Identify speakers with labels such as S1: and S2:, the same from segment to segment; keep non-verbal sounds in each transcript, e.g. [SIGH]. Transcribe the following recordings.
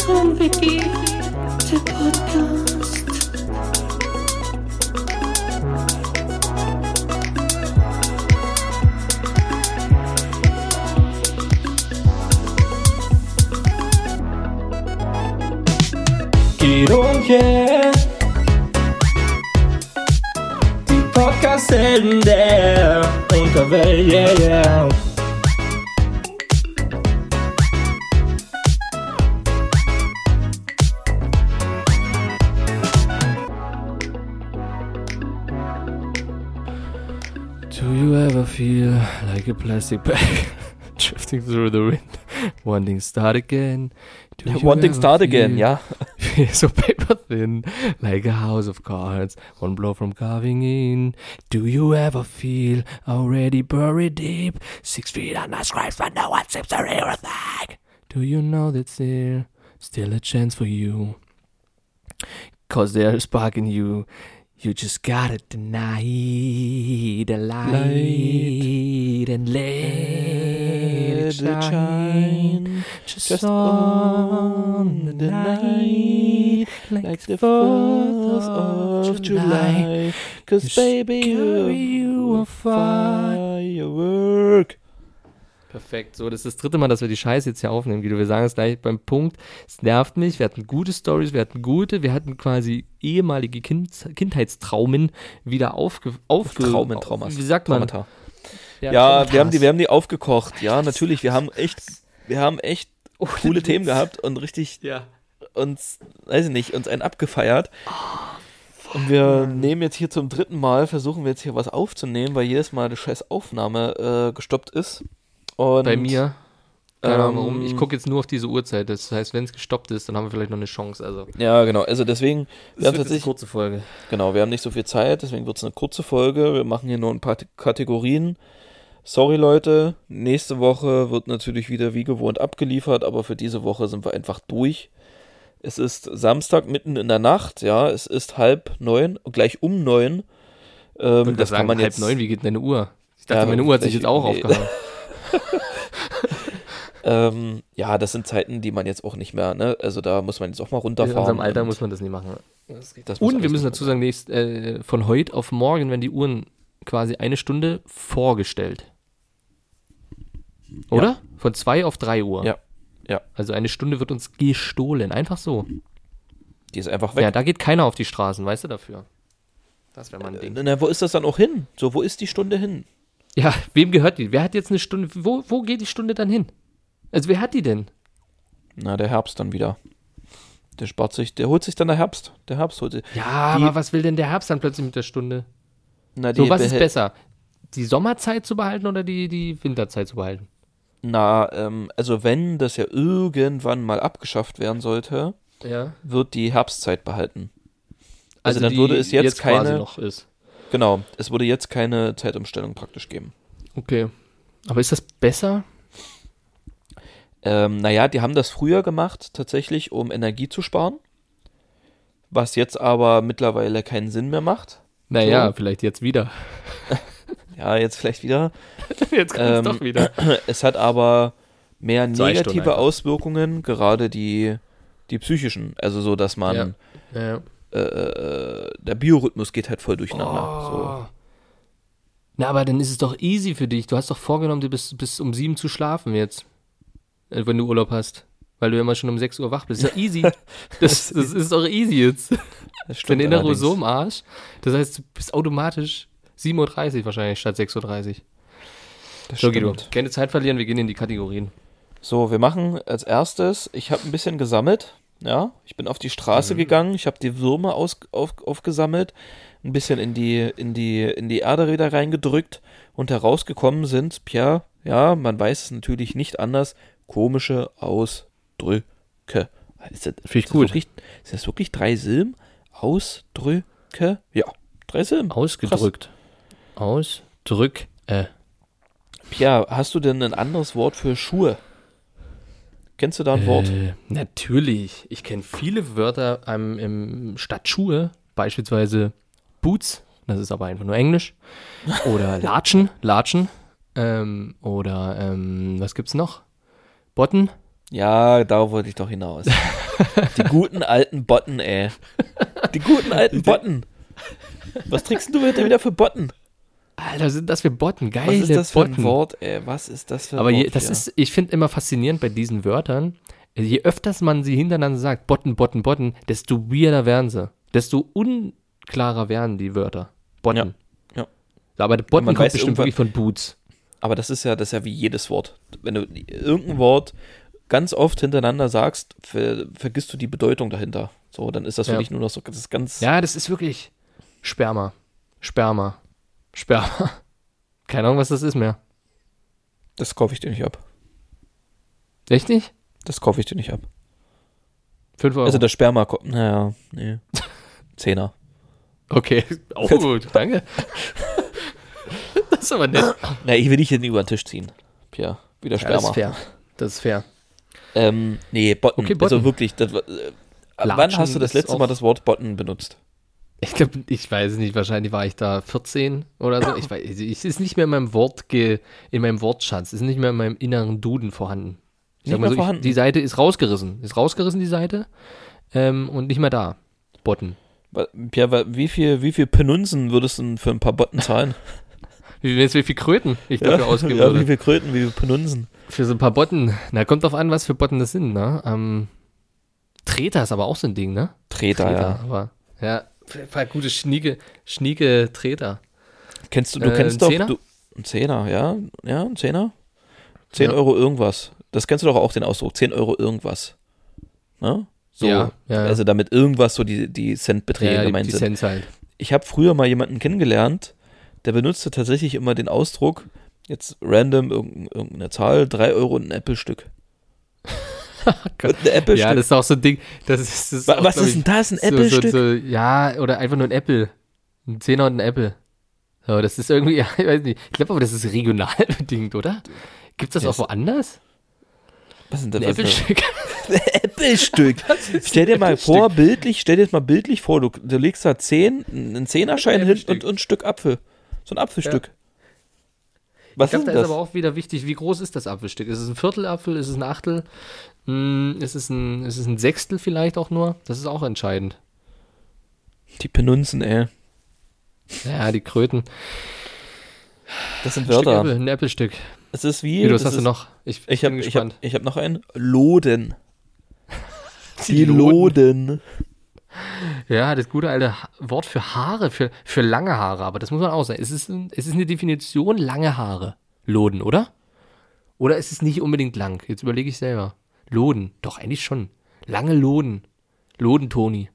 S1: Zombies, der Podcast.
S2: Geht und yeah. Die Podcast-Helden der Unterwelt, yeah, yeah. Do you ever feel like a plastic bag [LAUGHS] drifting through the wind? [LAUGHS] Wanting start again? Do you
S3: One thing
S2: ever
S3: start again,
S2: feel-
S3: ja.
S2: [LAUGHS] so paper thin, like a house of cards, one blow from carving in. Do you ever feel already buried deep? Six feet under scrapes, but no one seems to hear a thing. Do you know that's there? Still a chance for you. Cause there's a spark in you. You just gotta deny the light, and let it shine. Just,
S3: Just
S2: on the night, like,
S3: Like
S2: the
S3: the
S2: 4th of July.
S3: Cause baby,
S2: carry
S3: you
S2: you a
S3: a firework.
S2: Perfekt, so, das ist das dritte Mal, dass wir die Scheiße jetzt hier aufnehmen, Guido. Wir sagen es gleich beim Punkt. Es nervt mich. Wir hatten gute Stories, wir hatten gute, wir hatten quasi ehemalige kind Kindheitstraumen wieder aufge, aufge
S3: Traumen, Traumas.
S2: Wie sagt man?
S3: Traumata. Ja, wir haben, die, wir haben die aufgekocht. Ja,
S2: Das-
S3: natürlich, wir haben echt, wir haben echt
S2: Ohne
S3: coole
S2: Witz.
S3: Themen gehabt und richtig
S2: Ja.
S3: uns, weiß ich nicht, uns einen abgefeiert. Ah, Und wir nehmen jetzt hier zum dritten Mal, versuchen wir jetzt hier was aufzunehmen, weil jedes Mal eine scheiß Aufnahme äh, gestoppt ist. Und,
S2: Bei mir. Keine Ahnung warum.
S3: ähm,
S2: Ich gucke jetzt nur auf diese Uhrzeit. Das heißt, wenn es gestoppt ist, dann haben wir vielleicht noch eine Chance. Also,
S3: Ja, genau. Also deswegen, wir haben
S2: eine
S3: tatsächlich
S2: kurze Folge.
S3: Genau, wir haben nicht so viel Zeit, deswegen wird es eine kurze Folge. Wir machen hier nur ein paar T- Kategorien. Sorry Leute, nächste Woche wird natürlich wieder wie gewohnt abgeliefert, aber für diese Woche sind wir einfach durch. Es ist Samstag mitten in der Nacht, ja, es ist halb neun, gleich um neun. Ähm,
S2: das sagen, halb
S3: jetzt,
S2: neun, wie geht denn deine Uhr? Ich dachte,
S3: Ja,
S2: meine Uhr hat sich
S3: vielleicht-
S2: jetzt auch
S3: nee.
S2: aufgehangen.
S3: Ähm, ja, das sind Zeiten, die man jetzt auch nicht mehr, ne? Also da muss man jetzt auch mal runterfahren.
S2: In unserem Alter
S3: und
S2: muss man das nicht machen.
S3: das muss
S2: Und wir
S3: alles nicht
S2: müssen dazu sagen, nächst, äh, von heute auf morgen werden die Uhren quasi eine Stunde vorgestellt. Oder? Von zwei auf drei Uhr.
S3: Ja. Ja.
S2: Also eine Stunde wird uns gestohlen. Einfach so.
S3: mehr. Die ist einfach weg.
S2: Ja, da geht keiner auf die Straßen, weißt du dafür? Das wäre mal ein Ding.
S3: Na, wo ist das dann auch hin? So, wo ist die Stunde hin?
S2: Äh, Ja, wem gehört die? Wer hat jetzt eine Stunde? Wo, wo geht die Stunde dann hin? Also wer hat die denn?
S3: Na, der Herbst dann wieder. Der spart sich, der holt sich dann der Herbst. Der Herbst holt sich.
S2: Ja,
S3: Die-
S2: aber was will denn der Herbst dann plötzlich mit der Stunde?
S3: Na,
S2: So, was ist
S3: behält-
S2: besser? Die Sommerzeit zu behalten oder die, die Winterzeit zu behalten?
S3: Na, ähm, also wenn das ja irgendwann mal abgeschafft werden sollte,
S2: Ja.
S3: wird die Herbstzeit behalten.
S2: Also,
S3: Also dann
S2: die
S3: würde es jetzt
S2: quasi
S3: keine-
S2: noch ist.
S3: Genau, es würde jetzt keine Zeitumstellung praktisch geben.
S2: Okay. Aber ist das besser?
S3: Ähm, naja, die haben das früher gemacht, tatsächlich, um Energie zu sparen. Was jetzt aber mittlerweile keinen Sinn mehr macht.
S2: Naja,
S3: So.
S2: vielleicht jetzt wieder.
S3: Ja, jetzt vielleicht wieder.
S2: [LAUGHS] Jetzt
S3: Ähm, Es hat aber mehr
S2: Zwei Stunden
S3: negative
S2: einfach.
S3: Auswirkungen, gerade die, die psychischen. Also so, dass man
S2: Ja. Ja.
S3: äh, äh, der Biorhythmus geht halt voll durcheinander.
S2: Oh. Na, aber dann ist es doch easy für dich. Du hast doch vorgenommen, du bist bis um sieben zu schlafen jetzt. Äh, Wenn du Urlaub hast. Weil du ja immer schon um 6 Uhr wach bist. Das ist ja [LAUGHS] easy. Das, das ist doch easy jetzt.
S3: So. Das stimmt
S2: Dein innerer
S3: allerdings.
S2: so im Arsch. Das heißt, du bist automatisch 7.30 Uhr wahrscheinlich statt 6.30 Uhr.
S3: Das
S2: So, Guido.
S3: stimmt.
S2: Keine Zeit verlieren, wir gehen in die Kategorien.
S3: So, wir machen als erstes, ich habe ein bisschen gesammelt. Ja, ich bin auf die Straße
S2: Mhm.
S3: gegangen, ich habe die Würmer aus, auf, aufgesammelt, ein bisschen in die, in, die, in die Erde wieder reingedrückt und herausgekommen sind, Pierre, ja, man weiß es natürlich nicht anders, komische Ausdrücke. Ist das,
S2: Finde ich
S3: ist das
S2: gut.
S3: Wirklich, ist das wirklich drei Silben? Ausdrücke? Ja, drei Silben.
S2: Ausgedrückt. Ausdrück. Äh.
S3: Pierre, hast du denn ein anderes Wort für Schuhe? Kennst du da ein Wort?
S2: Äh, natürlich. Ich kenne viele Wörter ähm, im statt Schuhe, beispielsweise Boots, das ist aber einfach nur Englisch.
S3: [LAUGHS]
S2: Oder Latschen, Latschen. Ähm, oder ähm, was gibt's noch? Botten,
S3: Ja, da wollte ich doch
S2: [LAUGHS]
S3: hinaus. Die guten alten Botten, ey. Die guten alten Botten. Was trinkst du heute wieder für Botten?
S2: Alter, sind das für Botten? Geile
S3: Was ist das für
S2: Botten.
S3: ein Wort, ey? Was ist das für ein
S2: Aber
S3: Wort?
S2: je, das
S3: hier?
S2: ist, ich finde immer faszinierend bei diesen Wörtern, je öfters man sie hintereinander sagt, Botten, Botten, Botten, desto weirder werden sie. Desto unklarer werden die Wörter. Botten.
S3: Ja,
S2: Aber Botten
S3: man
S2: kommt
S3: weiß
S2: bestimmt
S3: irgendwann-
S2: wirklich von Boots.
S3: Aber das ist ja, das ist ja wie jedes Wort. Wenn du irgendein Wort ganz oft hintereinander sagst, ver vergisst du die Bedeutung dahinter. So, dann ist das
S2: Ja.
S3: für dich nur noch so das ist ganz.
S2: Ja, das ist wirklich Sperma. Sperma. Sperma. [LAUGHS] Keine Ahnung, was das ist mehr.
S3: Das kaufe ich dir nicht ab.
S2: Echt nicht?
S3: Das kaufe ich dir nicht ab.
S2: Fünf Euro.
S3: Also der Sperma kommt. Naja,
S2: [LAUGHS]
S3: nee. Zehner.
S2: okay. Auch gut, danke. [LAUGHS] das ist aber nett.
S3: Na, ich will dich hier nicht über den Tisch ziehen. Pia, wie der
S2: Ja, das
S3: Sperma.
S2: ist fair. Das ist fair.
S3: ähm, nee, Botten.
S2: Okay,
S3: Also
S2: Botten.
S3: wirklich, das, war- äh, ab wann
S2: Latschen
S3: hast du das
S2: ist
S3: letzte
S2: auch-
S3: Mal das Wort Botten benutzt?
S2: Ich glaube, ich weiß nicht, wahrscheinlich war ich da 14 oder so. Ich weiß, es ist nicht mehr in meinem Wort ge, in meinem Wortschatz, es ist nicht mehr in meinem inneren Duden vorhanden. Ich
S3: Nicht mehr vorhanden.
S2: Ich, die Seite ist rausgerissen. Ist rausgerissen, die Seite. Ähm, und nicht mehr da. Botten.
S3: Wa- Pia, wa- wie viel, wie viel Penunzen würdest du denn für ein paar
S2: [LAUGHS]
S3: Botten zahlen?
S2: Wie, jetzt wie viel Kröten ich dafür ausgeben
S3: ja,
S2: würde.
S3: wie viel Kröten, wie viel Penunzen?
S2: Für so ein paar Botten. Na, kommt drauf an, was für Botten das sind, ne? Ähm, Treter ist aber auch so ein Ding, ne?
S3: Treter, ja.
S2: aber. Ja, ein paar gute Schnieke, Schnieke Treter.
S3: Kennst du, du
S2: Äh,
S3: kennst
S2: ein
S3: doch.
S2: Zehner?
S3: Du, ein Zehner, ja. Ja, ein Zehner. Zehn Euro irgendwas. Das kennst du doch auch den Ausdruck. Zehn Euro irgendwas. Ne? So.
S2: Ja, ja, ja.
S3: Also damit irgendwas so die, die Centbeträge
S2: Ja, die,
S3: gemeint
S2: die
S3: sind.
S2: Sens halt.
S3: Ich habe früher mal jemanden kennengelernt, der benutzte tatsächlich immer den Ausdruck, jetzt random irgendein- irgendeine Zahl, drei Euro und ein
S2: [LAUGHS]
S3: Apple-Stück.
S2: Gott.
S3: Und ein Apple-Stück.
S2: Ja, das ist auch so ein Ding. Das ist, das ist
S3: Wa-
S2: auch,
S3: was
S2: glaub
S3: ist denn das? Ein
S2: ich, so, so,
S3: Apple-Stück?
S2: so, ja, oder einfach nur ein Apple. Ein Zehner und ein Apple. So, das ist irgendwie, [LAUGHS] ja, ich weiß nicht. Ich glaube aber, das ist regional [LAUGHS] bedingt, oder? Gibt es das
S3: Ja,
S2: auch woanders?
S3: Was sind
S2: Ein
S3: denn das? [LAUGHS] für-
S2: Apple-Stück?
S3: Apple-Stück.
S2: [LAUGHS]
S3: Stell dir mal vor, bildlich, stell dir das mal bildlich vor, du, du legst da 10, einen Zehnerschein hin
S2: Apple-Stück.
S3: und, und ein Stück Apfel. So ein Apfelstück.
S2: Ich
S3: Was
S2: glaube,
S3: ist
S2: da
S3: denn
S2: ist
S3: das?
S2: aber auch wieder wichtig, wie groß ist das Apfelstück? Ist es ein Viertelapfel? Ist es ein Achtel? Hm, ist, es ein, ist es ein Sechstel vielleicht auch nur? Das ist auch entscheidend.
S3: Die Penunzen, ey.
S2: Ja, die Kröten.
S3: Das sind
S2: Ein Stück
S3: Wörter.
S2: Apfel, ein Äpfelstück.
S3: Es ist wie.
S2: Wie, was
S3: das
S2: hast du
S3: ist-
S2: noch? Ich,
S3: Ich
S2: bin
S3: habe ich hab,
S2: gespannt.
S3: ich hab noch einen. Loden. [LAUGHS]
S2: Die
S3: Die
S2: Loden.
S3: Loden.
S2: Ja, das gute alte Ha- Wort für Haare, für, für lange Haare, aber das muss man auch sagen. Es ist, ein, es ist eine Definition lange Haare. Loden, oder? Oder ist es nicht unbedingt lang? Jetzt überlege ich selber. Loden, doch eigentlich schon. Lange Loden. Loden, Toni.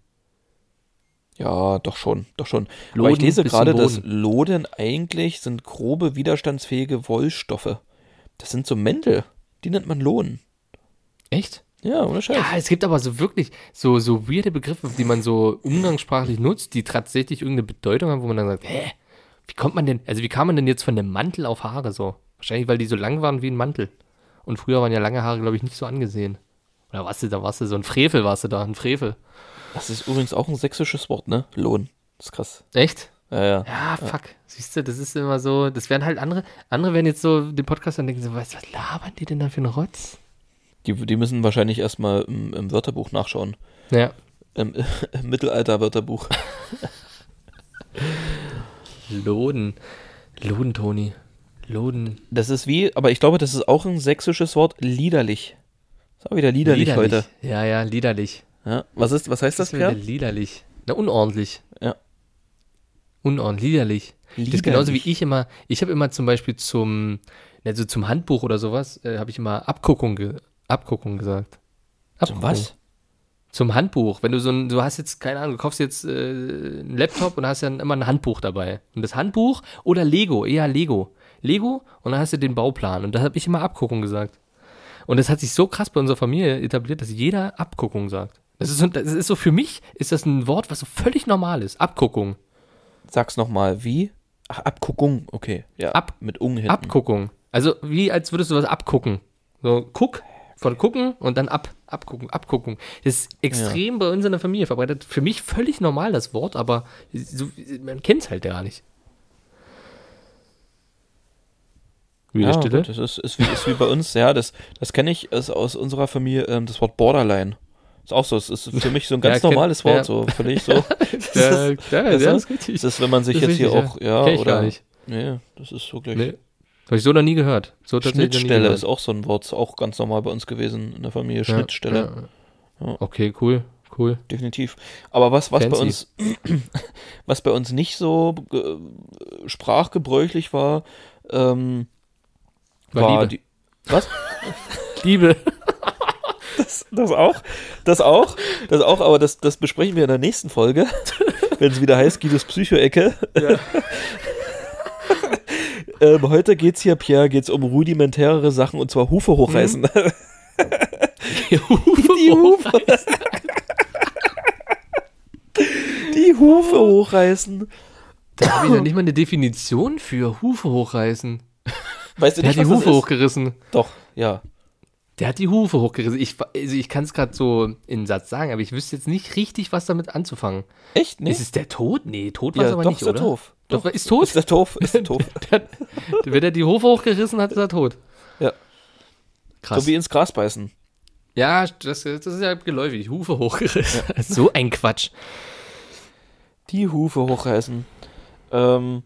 S3: Ja, doch schon, doch schon. Aber
S2: Loden
S3: ich lese
S2: bis
S3: gerade,
S2: zum
S3: dass
S2: Boden.
S3: Loden eigentlich sind grobe, widerstandsfähige Wollstoffe. Das sind so Mäntel. Die nennt man Loden.
S2: Echt?
S3: Ja, ohne Scheiß.
S2: Ja, es gibt aber so wirklich so, so weirde Begriffe, die man so umgangssprachlich nutzt, die tatsächlich irgendeine Bedeutung haben, wo man dann sagt, hä, wie kommt man denn, also wie kam man denn jetzt von einem Mantel auf Haare so? Wahrscheinlich, weil die so lang waren wie ein Mantel. Und früher waren ja lange Haare, glaube ich, nicht so angesehen. Oder warst du da, warst du so ein Frevel, warst du da, ein Frevel.
S3: Das ist übrigens auch ein sächsisches Wort, ne? Lohn. Das ist krass.
S2: Echt?
S3: Ja, ja.
S2: Ja, fuck. Siehst du, das ist immer so, das werden halt andere, andere werden jetzt so den Podcast dann denken, so, was, was labern die denn da für einen Rotz?
S3: Die, die müssen wahrscheinlich erstmal im, im Wörterbuch nachschauen.
S2: Ja,
S3: Im, [LAUGHS] im Mittelalter-Wörterbuch.
S2: Loden. Loden, Toni. Loden.
S3: Das ist wie, aber ich glaube, das ist auch ein sächsisches Wort, liederlich. Ist auch wieder liederlich, heute.
S2: Ja, ja, liederlich.
S3: Ja. Was, ist, was heißt das,
S2: Das ist wieder
S3: Pferd?
S2: liederlich. Na, unordentlich.
S3: Ja.
S2: Unordentlich, liederlich. Das ist genauso wie ich immer, ich habe immer zum Beispiel zum, also zum Handbuch oder sowas, äh, habe ich immer Abguckung, ge Abguckung gesagt.
S3: Zum
S2: Abguckung.
S3: was?
S2: Zum Handbuch. Wenn du so ein, du hast jetzt, keine Ahnung, du kaufst jetzt äh, einen Laptop und hast dann immer ein Handbuch dabei. Und das Handbuch oder Lego, eher Lego. Lego und dann hast du den Bauplan. Und da habe ich immer Abguckung gesagt. Und das hat sich so krass bei unserer Familie etabliert, dass jeder Abguckung sagt. Das ist so, das ist so für mich ist das ein Wort, was so völlig normal ist. Abguckung.
S3: Sag's nochmal, wie? Ach, Abguckung, okay. Ja,
S2: Ab-
S3: mit Ung hinten.
S2: Abguckung. Also wie als würdest du was abgucken. So guck von gucken und dann ab abgucken, abgucken. Das ist extrem bei uns in der Familie verbreitet. Für mich völlig normal das Wort, aber so, man kennt es halt gar nicht. Wie
S3: ja,
S2: der Stille.
S3: gut, Das ist, ist, wie, ist wie bei uns, ja, das, das kenne ich ist aus unserer Familie, ähm, das Wort Borderline. Ist auch so, es ist für mich so ein
S2: [LAUGHS] Ja,
S3: ganz
S2: kenn-
S3: normales Wort,
S2: [LAUGHS] ja.
S3: so völlig so. Das [LAUGHS]
S2: Ja,
S3: ist,
S2: ja,
S3: das
S2: ja,
S3: ist-
S2: ist richtig.
S3: das ist, wenn man sich
S2: Das
S3: jetzt
S2: ist
S3: hier
S2: richtig,
S3: auch, ja,
S2: Kenn ich
S3: oder.
S2: gar nicht.
S3: Nee, das ist so gleich.
S2: Nee. Habe ich so noch nie gehört. So tatsächlich noch nie
S3: Schnittstelle
S2: gehört.
S3: ist auch so ein Wort, ist auch ganz normal bei uns gewesen in der Familie.
S2: Ja,
S3: Schnittstelle,
S2: ja.
S3: Ja.
S2: Okay, cool, cool.
S3: definitiv. Aber was, was bei
S2: Fancy.
S3: uns, [CLEARS THROAT] was bei uns nicht so äh, sprachgebräuchlich war, ähm,
S2: War
S3: war
S2: Liebe.
S3: die. Was?
S2: [LAUGHS] Liebe.
S3: Das auch, das auch, das auch, aber das, das besprechen wir in der nächsten
S2: [LAUGHS]
S3: Folge, wenn es wieder heißt Guidos Psycho-Ecke. [LAUGHS] ähm, heute geht's hier, Pierre, geht's um rudimentärere Sachen und zwar Hufe hochreißen.
S2: Hm.
S3: [LAUGHS]
S2: Die Hufe.
S3: Die Hufe. Die Hufe hochreißen.
S2: Da habe ich ja nicht mal eine Definition für Hufe hochreißen.
S3: Weißt du
S2: Der hat
S3: nicht,
S2: die
S3: was
S2: Hufe
S3: das ist?
S2: hochgerissen.
S3: Doch, ja.
S2: Der hat die Hufe hochgerissen. Ich, also ich kann es gerade so in einen Satz sagen, aber ich wüsste jetzt nicht richtig, was damit anzufangen.
S3: Echt? Nee?
S2: Ist es der Tod? Nee, Tod war
S3: ja,
S2: es aber
S3: doch,
S2: nicht,
S3: ist der
S2: oder?
S3: Tof.
S2: Doch, ist tot?
S3: Ist der Tof, ist der Tof.
S2: Der, wenn der die Hufe hochgerissen hat, ist er tot.
S3: Ja.
S2: [LAUGHS] Krass.
S3: So wie ins Gras beißen.
S2: ja, das, das ist ja geläufig. Hufe hochgerissen. [LAUGHS] So ein Quatsch.
S3: Die Hufe hochreißen. Ähm,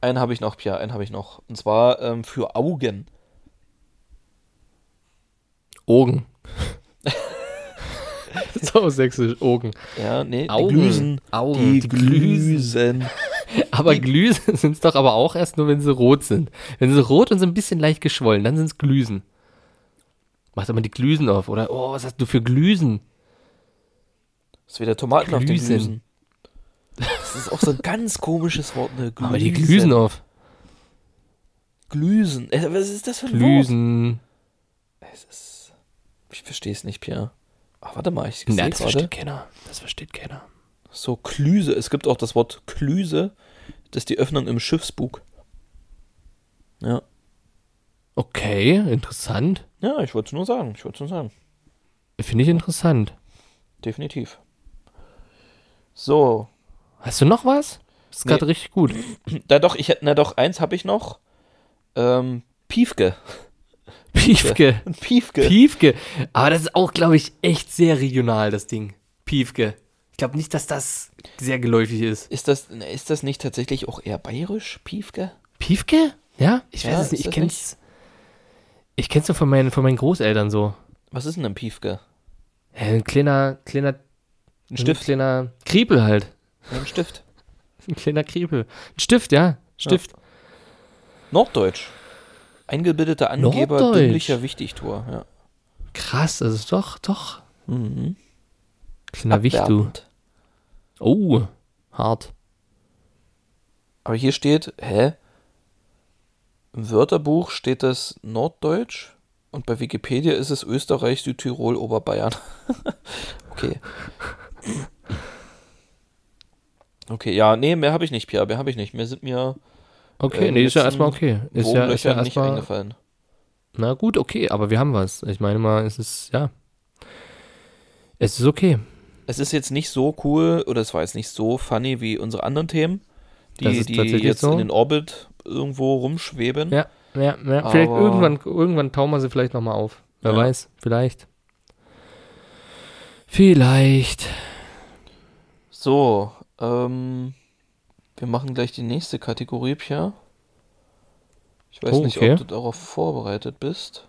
S3: einen habe ich noch, Pia, einen habe ich noch. Und zwar ähm, für Augen. [LAUGHS]
S2: Ogen. [LAUGHS] so sächsisch, Ogen.
S3: Ja, nee,
S2: Augen.
S3: die Glüsen.
S2: Augen,
S3: Die,
S2: die Glüsen.
S3: Glüsen.
S2: Aber [LAUGHS] Glüsen sind es doch aber auch erst nur, wenn sie rot sind. Wenn sie rot und so ein bisschen leicht geschwollen, dann sind es Glüsen. Mach doch mal die Glüsen auf, oder? Oh, was hast du für Glüsen?
S3: Ist wieder Tomaten auf den
S2: Glüsen.
S3: Glüsen. Das ist auch so ein ganz komisches Wort, ne?
S2: Mach mal die Glüsen auf.
S3: Glüsen. Äh, Was ist das für ein Wort?
S2: Glüsen.
S3: Es ist, ich verstehe es nicht, Pierre. Ach, warte mal, ich sehe
S2: Na, das
S3: gerade.
S2: versteht keiner. Das versteht keiner.
S3: So, Klüse. Es gibt auch das Wort Klüse. Das ist die Öffnung im Schiffsbug. Ja.
S2: Okay, interessant.
S3: Ja, ich wollte es nur sagen. Ich wollte es nur sagen.
S2: Finde ich interessant.
S3: Definitiv. So.
S2: Hast du noch was? Ist gerade
S3: Nee.
S2: richtig gut.
S3: Na doch, ich hätte, na doch, eins habe ich noch. Ähm, Piefke. [LAUGHS]
S2: Piefke.
S3: Ein Piefke.
S2: Piefke. Aber das ist auch, glaube ich, echt sehr regional, das Ding. Piefke. Ich glaube nicht, dass das sehr geläufig ist.
S3: ist, das, na, ist das nicht tatsächlich auch eher bayerisch, Piefke?
S2: Piefke? Ja? Ich weiß
S3: Ja,
S2: es
S3: ist
S2: nicht. Ich
S3: das
S2: kenn's. Ich kenn's nur von meinen, von meinen Großeltern so.
S3: Was ist denn ein Piefke?
S2: Hä, Ein kleiner, kleiner,
S3: Ein
S2: ein
S3: Stift.
S2: kleiner Kriepel halt. [LAUGHS]
S3: Ein Stift.
S2: Ein kleiner Kriepel. Ein Stift, ja. Stift.
S3: Norddeutsch. Eingebildeter Angeber,
S2: Norddeutsch.
S3: dümmlicher Wichtigtor. Ja.
S2: Krass, das ist doch, doch.
S3: Mhm.
S2: Kleiner Wicht, du.
S3: Abwertend.
S2: Oh, hart.
S3: Aber hier steht, hä? Im Wörterbuch steht das Norddeutsch und bei Wikipedia ist es Österreich, Südtirol, Oberbayern. [LAUGHS] okay. Okay, ja, nee, mehr habe ich nicht, Pia, mehr habe ich nicht. Mehr sind mir
S2: Okay,
S3: Äh,
S2: nee, ist ja
S3: letzten
S2: erstmal okay. Ist ja, ist
S3: Wurmlöcher
S2: ja
S3: nicht
S2: erstmal.
S3: eingefallen.
S2: Na gut, okay, aber wir haben was. Ich meine mal, es ist, ja. Es ist okay.
S3: Es ist jetzt nicht so cool oder es war jetzt nicht so funny wie unsere anderen Themen,
S2: Das
S3: die,
S2: ist
S3: die
S2: tatsächlich
S3: jetzt
S2: so.
S3: in den Orbit irgendwo rumschweben.
S2: Ja, ja, ja. Vielleicht
S3: Aber-
S2: irgendwann, irgendwann tauchen wir sie vielleicht nochmal auf. Wer
S3: Ja.
S2: weiß, vielleicht. Vielleicht.
S3: So, ähm, wir machen gleich die nächste Kategorie, Pia. Ich weiß
S2: Oh,
S3: nicht,
S2: okay.
S3: ob du darauf vorbereitet bist,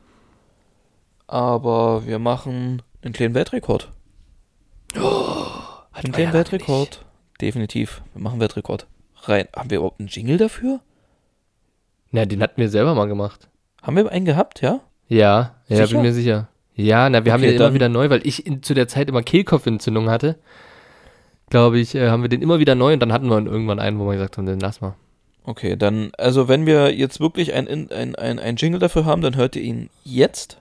S3: aber wir machen einen kleinen Weltrekord.
S2: Oh,
S3: einen kleinen
S2: Weihnachten
S3: Weltrekord. Definitiv, wir machen Weltrekord. Rein. Haben wir überhaupt einen Jingle dafür?
S2: Na, den hatten wir selber mal gemacht.
S3: Haben wir einen gehabt, ja?
S2: Ja, ja,
S3: Sicher?
S2: bin mir sicher. Ja, na, wir haben
S3: Okay,
S2: den immer
S3: dann-
S2: wieder neu, weil ich in, zu der Zeit immer Kehlkopfentzündung hatte. Glaube ich, äh, haben wir den immer wieder neu und dann hatten wir ihn irgendwann einen, wo wir gesagt haben, den lass mal.
S3: Okay, dann, also wenn wir jetzt wirklich einen ein, ein, ein Jingle dafür haben, dann hört ihr ihn jetzt.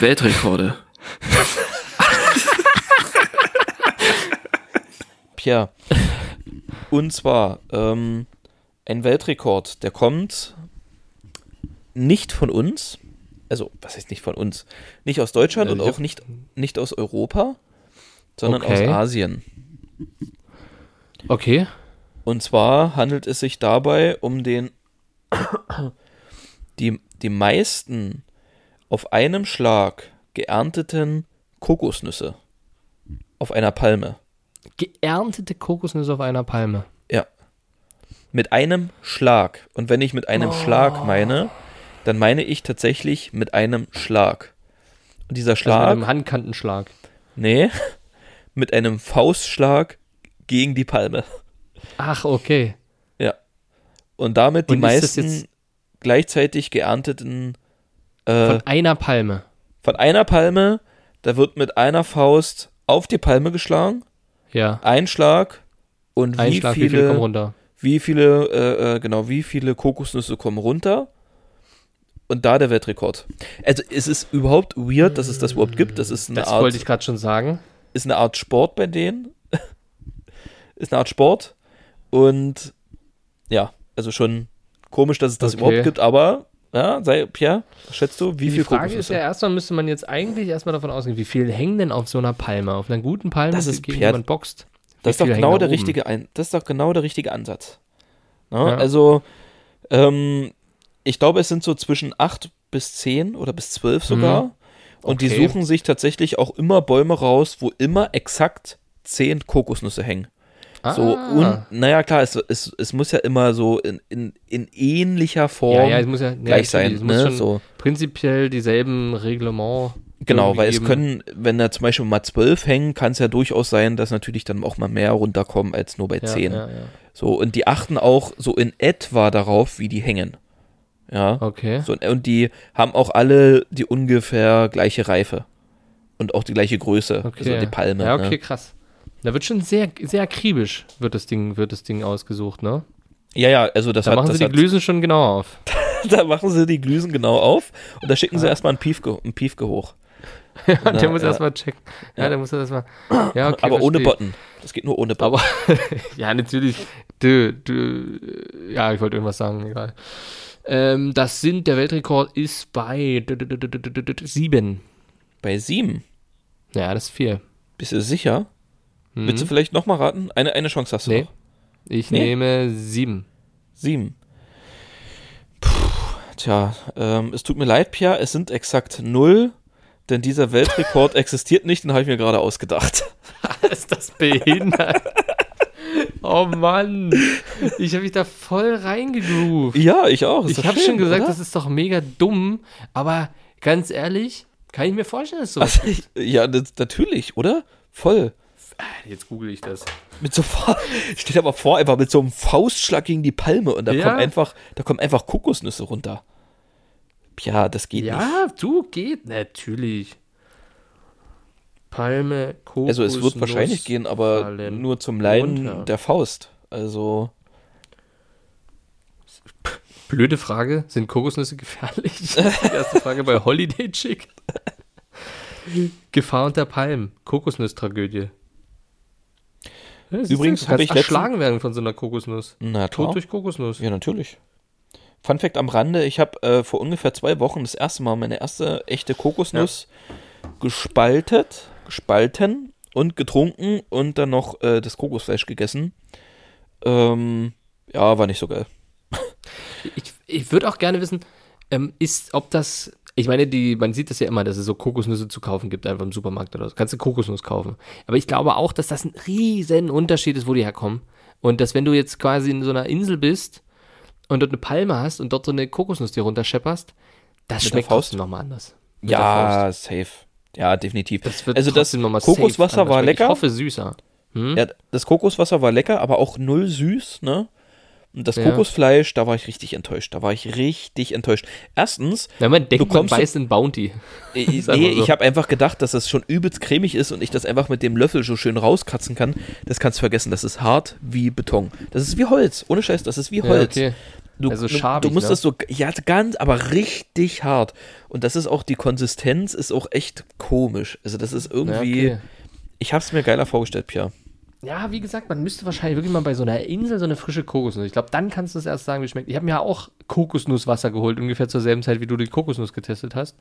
S3: Weltrekorde. Pia. Und zwar ähm, ein Weltrekord, der kommt nicht von uns, also was heißt nicht von uns, nicht aus Deutschland
S2: Äh,
S3: und
S2: ich
S3: auch
S2: hab-
S3: nicht, nicht aus Europa, sondern
S2: Okay.
S3: aus Asien.
S2: Okay.
S3: Und zwar handelt es sich dabei um den die, die meisten auf einem Schlag geernteten Kokosnüsse auf einer Palme.
S2: Geerntete Kokosnüsse auf einer Palme.
S3: Ja. Mit einem Schlag. Und wenn ich mit einem
S2: Oh.
S3: Schlag meine, dann meine ich tatsächlich mit einem Schlag. Und dieser
S2: Also mit
S3: Schlag,
S2: einem Handkantenschlag.
S3: nee, [LAUGHS] mit einem Faustschlag gegen die Palme.
S2: Ach, okay.
S3: Ja. Und damit die
S2: Und ist das
S3: meisten
S2: jetzt-
S3: gleichzeitig geernteten
S2: Von
S3: äh,
S2: einer Palme.
S3: von einer Palme, da wird mit einer Faust auf die Palme geschlagen,
S2: Ja.
S3: ein Schlag und
S2: Ein
S3: wie,
S2: Schlag,
S3: viele,
S2: wie viel kommt runter?
S3: wie viele, äh, äh, genau, wie viele Kokosnüsse kommen runter? Und da der Weltrekord. Also es ist überhaupt weird, dass es das überhaupt gibt. Das ist eine
S2: Das
S3: Art,
S2: wollte ich gerade schon sagen.
S3: ist eine Art Sport bei denen. [LAUGHS] ist eine Art Sport. Und ja, also schon komisch, dass es das
S2: Okay.
S3: überhaupt gibt, aber ja, sei, Pierre, was schätzt du, wie
S2: Die
S3: viel
S2: Frage
S3: Kokosnüsse?
S2: ist ja erstmal, müsste man jetzt eigentlich erstmal davon ausgehen, wie viel hängen denn auf so einer Palme? Auf einer guten Palme,
S3: Das ist
S2: gegen
S3: Pferd.
S2: die man boxt? Wie
S3: Das ist, doch
S2: viele hängen
S3: genau
S2: da
S3: der
S2: oben?
S3: richtige Ein das ist doch genau der richtige Ansatz. Ne?
S2: Ja.
S3: Also, ähm, ich glaube, es sind so zwischen 8 bis 10 oder bis 12 sogar. Und die
S2: Mhm. Okay.
S3: suchen sich tatsächlich auch immer Bäume raus, wo immer exakt 10 Kokosnüsse hängen.
S2: Ah,
S3: So, und naja, klar, es, es, es muss ja immer so in, in, in ähnlicher Form
S2: ja, ja, es muss ja ja,
S3: gleich
S2: stimmt,
S3: sein.
S2: Es muss
S3: ne?
S2: schon
S3: so.
S2: prinzipiell dieselben Reglement.
S3: Genau,
S2: irgendwie
S3: weil es
S2: geben.
S3: können, wenn da zum Beispiel mal 12 hängen, kann es ja durchaus sein, dass natürlich dann auch mal mehr runterkommen als nur bei
S2: ja,
S3: 10.
S2: Ja, ja.
S3: So, und die achten auch so in etwa darauf, wie die hängen. Ja.
S2: Okay.
S3: So, und die haben auch alle die ungefähr gleiche Reife. Und auch die gleiche Größe.
S2: okay.
S3: Also die Palme.
S2: Ja, okay,
S3: ne?
S2: krass. Da wird schon sehr, sehr akribisch wird das Ding, wird das Ding ausgesucht, ne?
S3: ja, ja, also das
S2: Da
S3: hat,
S2: machen
S3: das
S2: sie die
S3: hat,
S2: Glüsen schon
S3: [LAUGHS]
S2: genau auf.
S3: da machen sie die Glüsen genau auf und da schicken sie erstmal einen Piefke, einen Piefke hoch.
S2: der
S3: Ja,
S2: muss
S3: ja.
S2: erstmal checken. Ja,
S3: Ja.
S2: der muss erstmal. Ja, okay,
S3: Aber ohne
S2: verstehe.
S3: Botten. Das geht nur ohne Botten.
S2: Aber ja, natürlich. Dö, dö, ja, ich wollte irgendwas sagen, egal. Ähm, das sind, der Weltrekord ist bei dö, dö, dö, dö, dö, dö, dö, dö, sieben.
S3: Bei sieben,
S2: Ja, das ist viel.
S3: bist du sicher? Willst du vielleicht nochmal raten? Eine, eine Chance hast du
S2: Hm. Nee.
S3: noch.
S2: Ich
S3: Nee?
S2: nehme sieben.
S3: Sieben. Puh, tja, ähm, es tut mir leid, Pia, es sind exakt null, denn dieser [LAUGHS] Weltrekord existiert nicht, den habe ich mir gerade ausgedacht.
S2: [LAUGHS] ist das behindert? oh Mann. Ich habe mich da voll reingegroovt.
S3: Ja, ich auch. ist
S2: Ich
S3: doch
S2: habe
S3: schön,
S2: schon gesagt,
S3: oder?
S2: das ist doch mega dumm, aber ganz ehrlich, kann ich mir vorstellen, dass sowas.
S3: also, ich, ja, das, natürlich, oder? Voll.
S2: Jetzt google ich das.
S3: Mit so Fa- [LAUGHS] steht aber vor, einfach mit so einem Faustschlag gegen die Palme und da
S2: Ja.
S3: kommen einfach, da kommen einfach Kokosnüsse runter. Pia, das geht nicht.
S2: Ja, du geht natürlich. Palme, Kokos,
S3: Also es wird wahrscheinlich
S2: Nuss,
S3: gehen, aber
S2: fallen
S3: nur zum Leiden
S2: runter.
S3: der Faust. Also
S2: Blöde Frage, sind Kokosnüsse gefährlich? [LAUGHS] Die erste Frage bei Holiday Chick. Gefahr unter Palmen, Kokosnuss-Tragödie. Ja, siehst du,
S3: Übrigens
S2: du
S3: hab
S2: kannst
S3: ich letztens-
S2: erschlagen werden von so einer Kokosnuss.
S3: na klar.
S2: Tod durch Kokosnuss.
S3: Ja, natürlich. Fun Fact am Rande: Ich habe äh, vor ungefähr zwei Wochen das erste Mal meine erste echte Kokosnuss gespaltet, gespalten und getrunken und dann noch äh, das Kokosfleisch gegessen. Ähm, ja, war nicht so geil.
S2: Ich, ich würde auch gerne wissen, ähm, ist, ob das. Ich meine, die, man sieht das ja immer, dass es so Kokosnüsse zu kaufen gibt, einfach im Supermarkt oder so. Kannst du Kokosnuss kaufen. Aber ich glaube auch, dass das ein riesen Unterschied ist, wo die herkommen. Und dass wenn du jetzt quasi in so einer Insel bist und dort eine Palme hast und dort so eine Kokosnuss dir runterschepperst, das
S3: der
S2: schmeckt
S3: Faust?
S2: trotzdem nochmal anders. Mit der Faust.
S3: Ja, safe. Ja, definitiv.
S2: Das wird
S3: also das
S2: trotzdem noch mal safe
S3: Kokoswasser
S2: anders
S3: war
S2: schmecken.
S3: lecker.
S2: Ich hoffe süßer.
S3: Ja, das Kokoswasser war lecker, aber auch null süß, ne? Und das
S2: Ja.
S3: Kokosfleisch, da war ich richtig enttäuscht. Da war ich richtig enttäuscht. Erstens,
S2: Wenn man denkt, man
S3: kommst so-
S2: beißt in Bounty.
S3: Äh,
S2: Ist
S3: nee,
S2: einfach so.
S3: ich habe einfach gedacht, dass das schon übelst cremig ist und ich das einfach mit dem Löffel so schön rauskratzen kann. Das kannst du vergessen. Das ist hart wie Beton. Das ist wie Holz. Ohne Scheiß, das ist wie Holz.
S2: Ja, okay.
S3: du,
S2: Also
S3: du-
S2: schabig,
S3: du musst
S2: ne?
S3: das so, ja, ganz, aber richtig hart. Und das ist auch, die Konsistenz ist auch echt komisch. Also das ist
S2: Ja,
S3: irgendwie,
S2: okay.
S3: ich habe es mir geiler vorgestellt, Pia.
S2: Ja, wie gesagt, man müsste wahrscheinlich wirklich mal bei so einer Insel so eine frische Kokosnuss. Ich glaube, dann kannst du es erst sagen, wie es schmeckt. Ich habe mir ja auch Kokosnusswasser geholt, ungefähr zur selben Zeit, wie du die Kokosnuss getestet hast.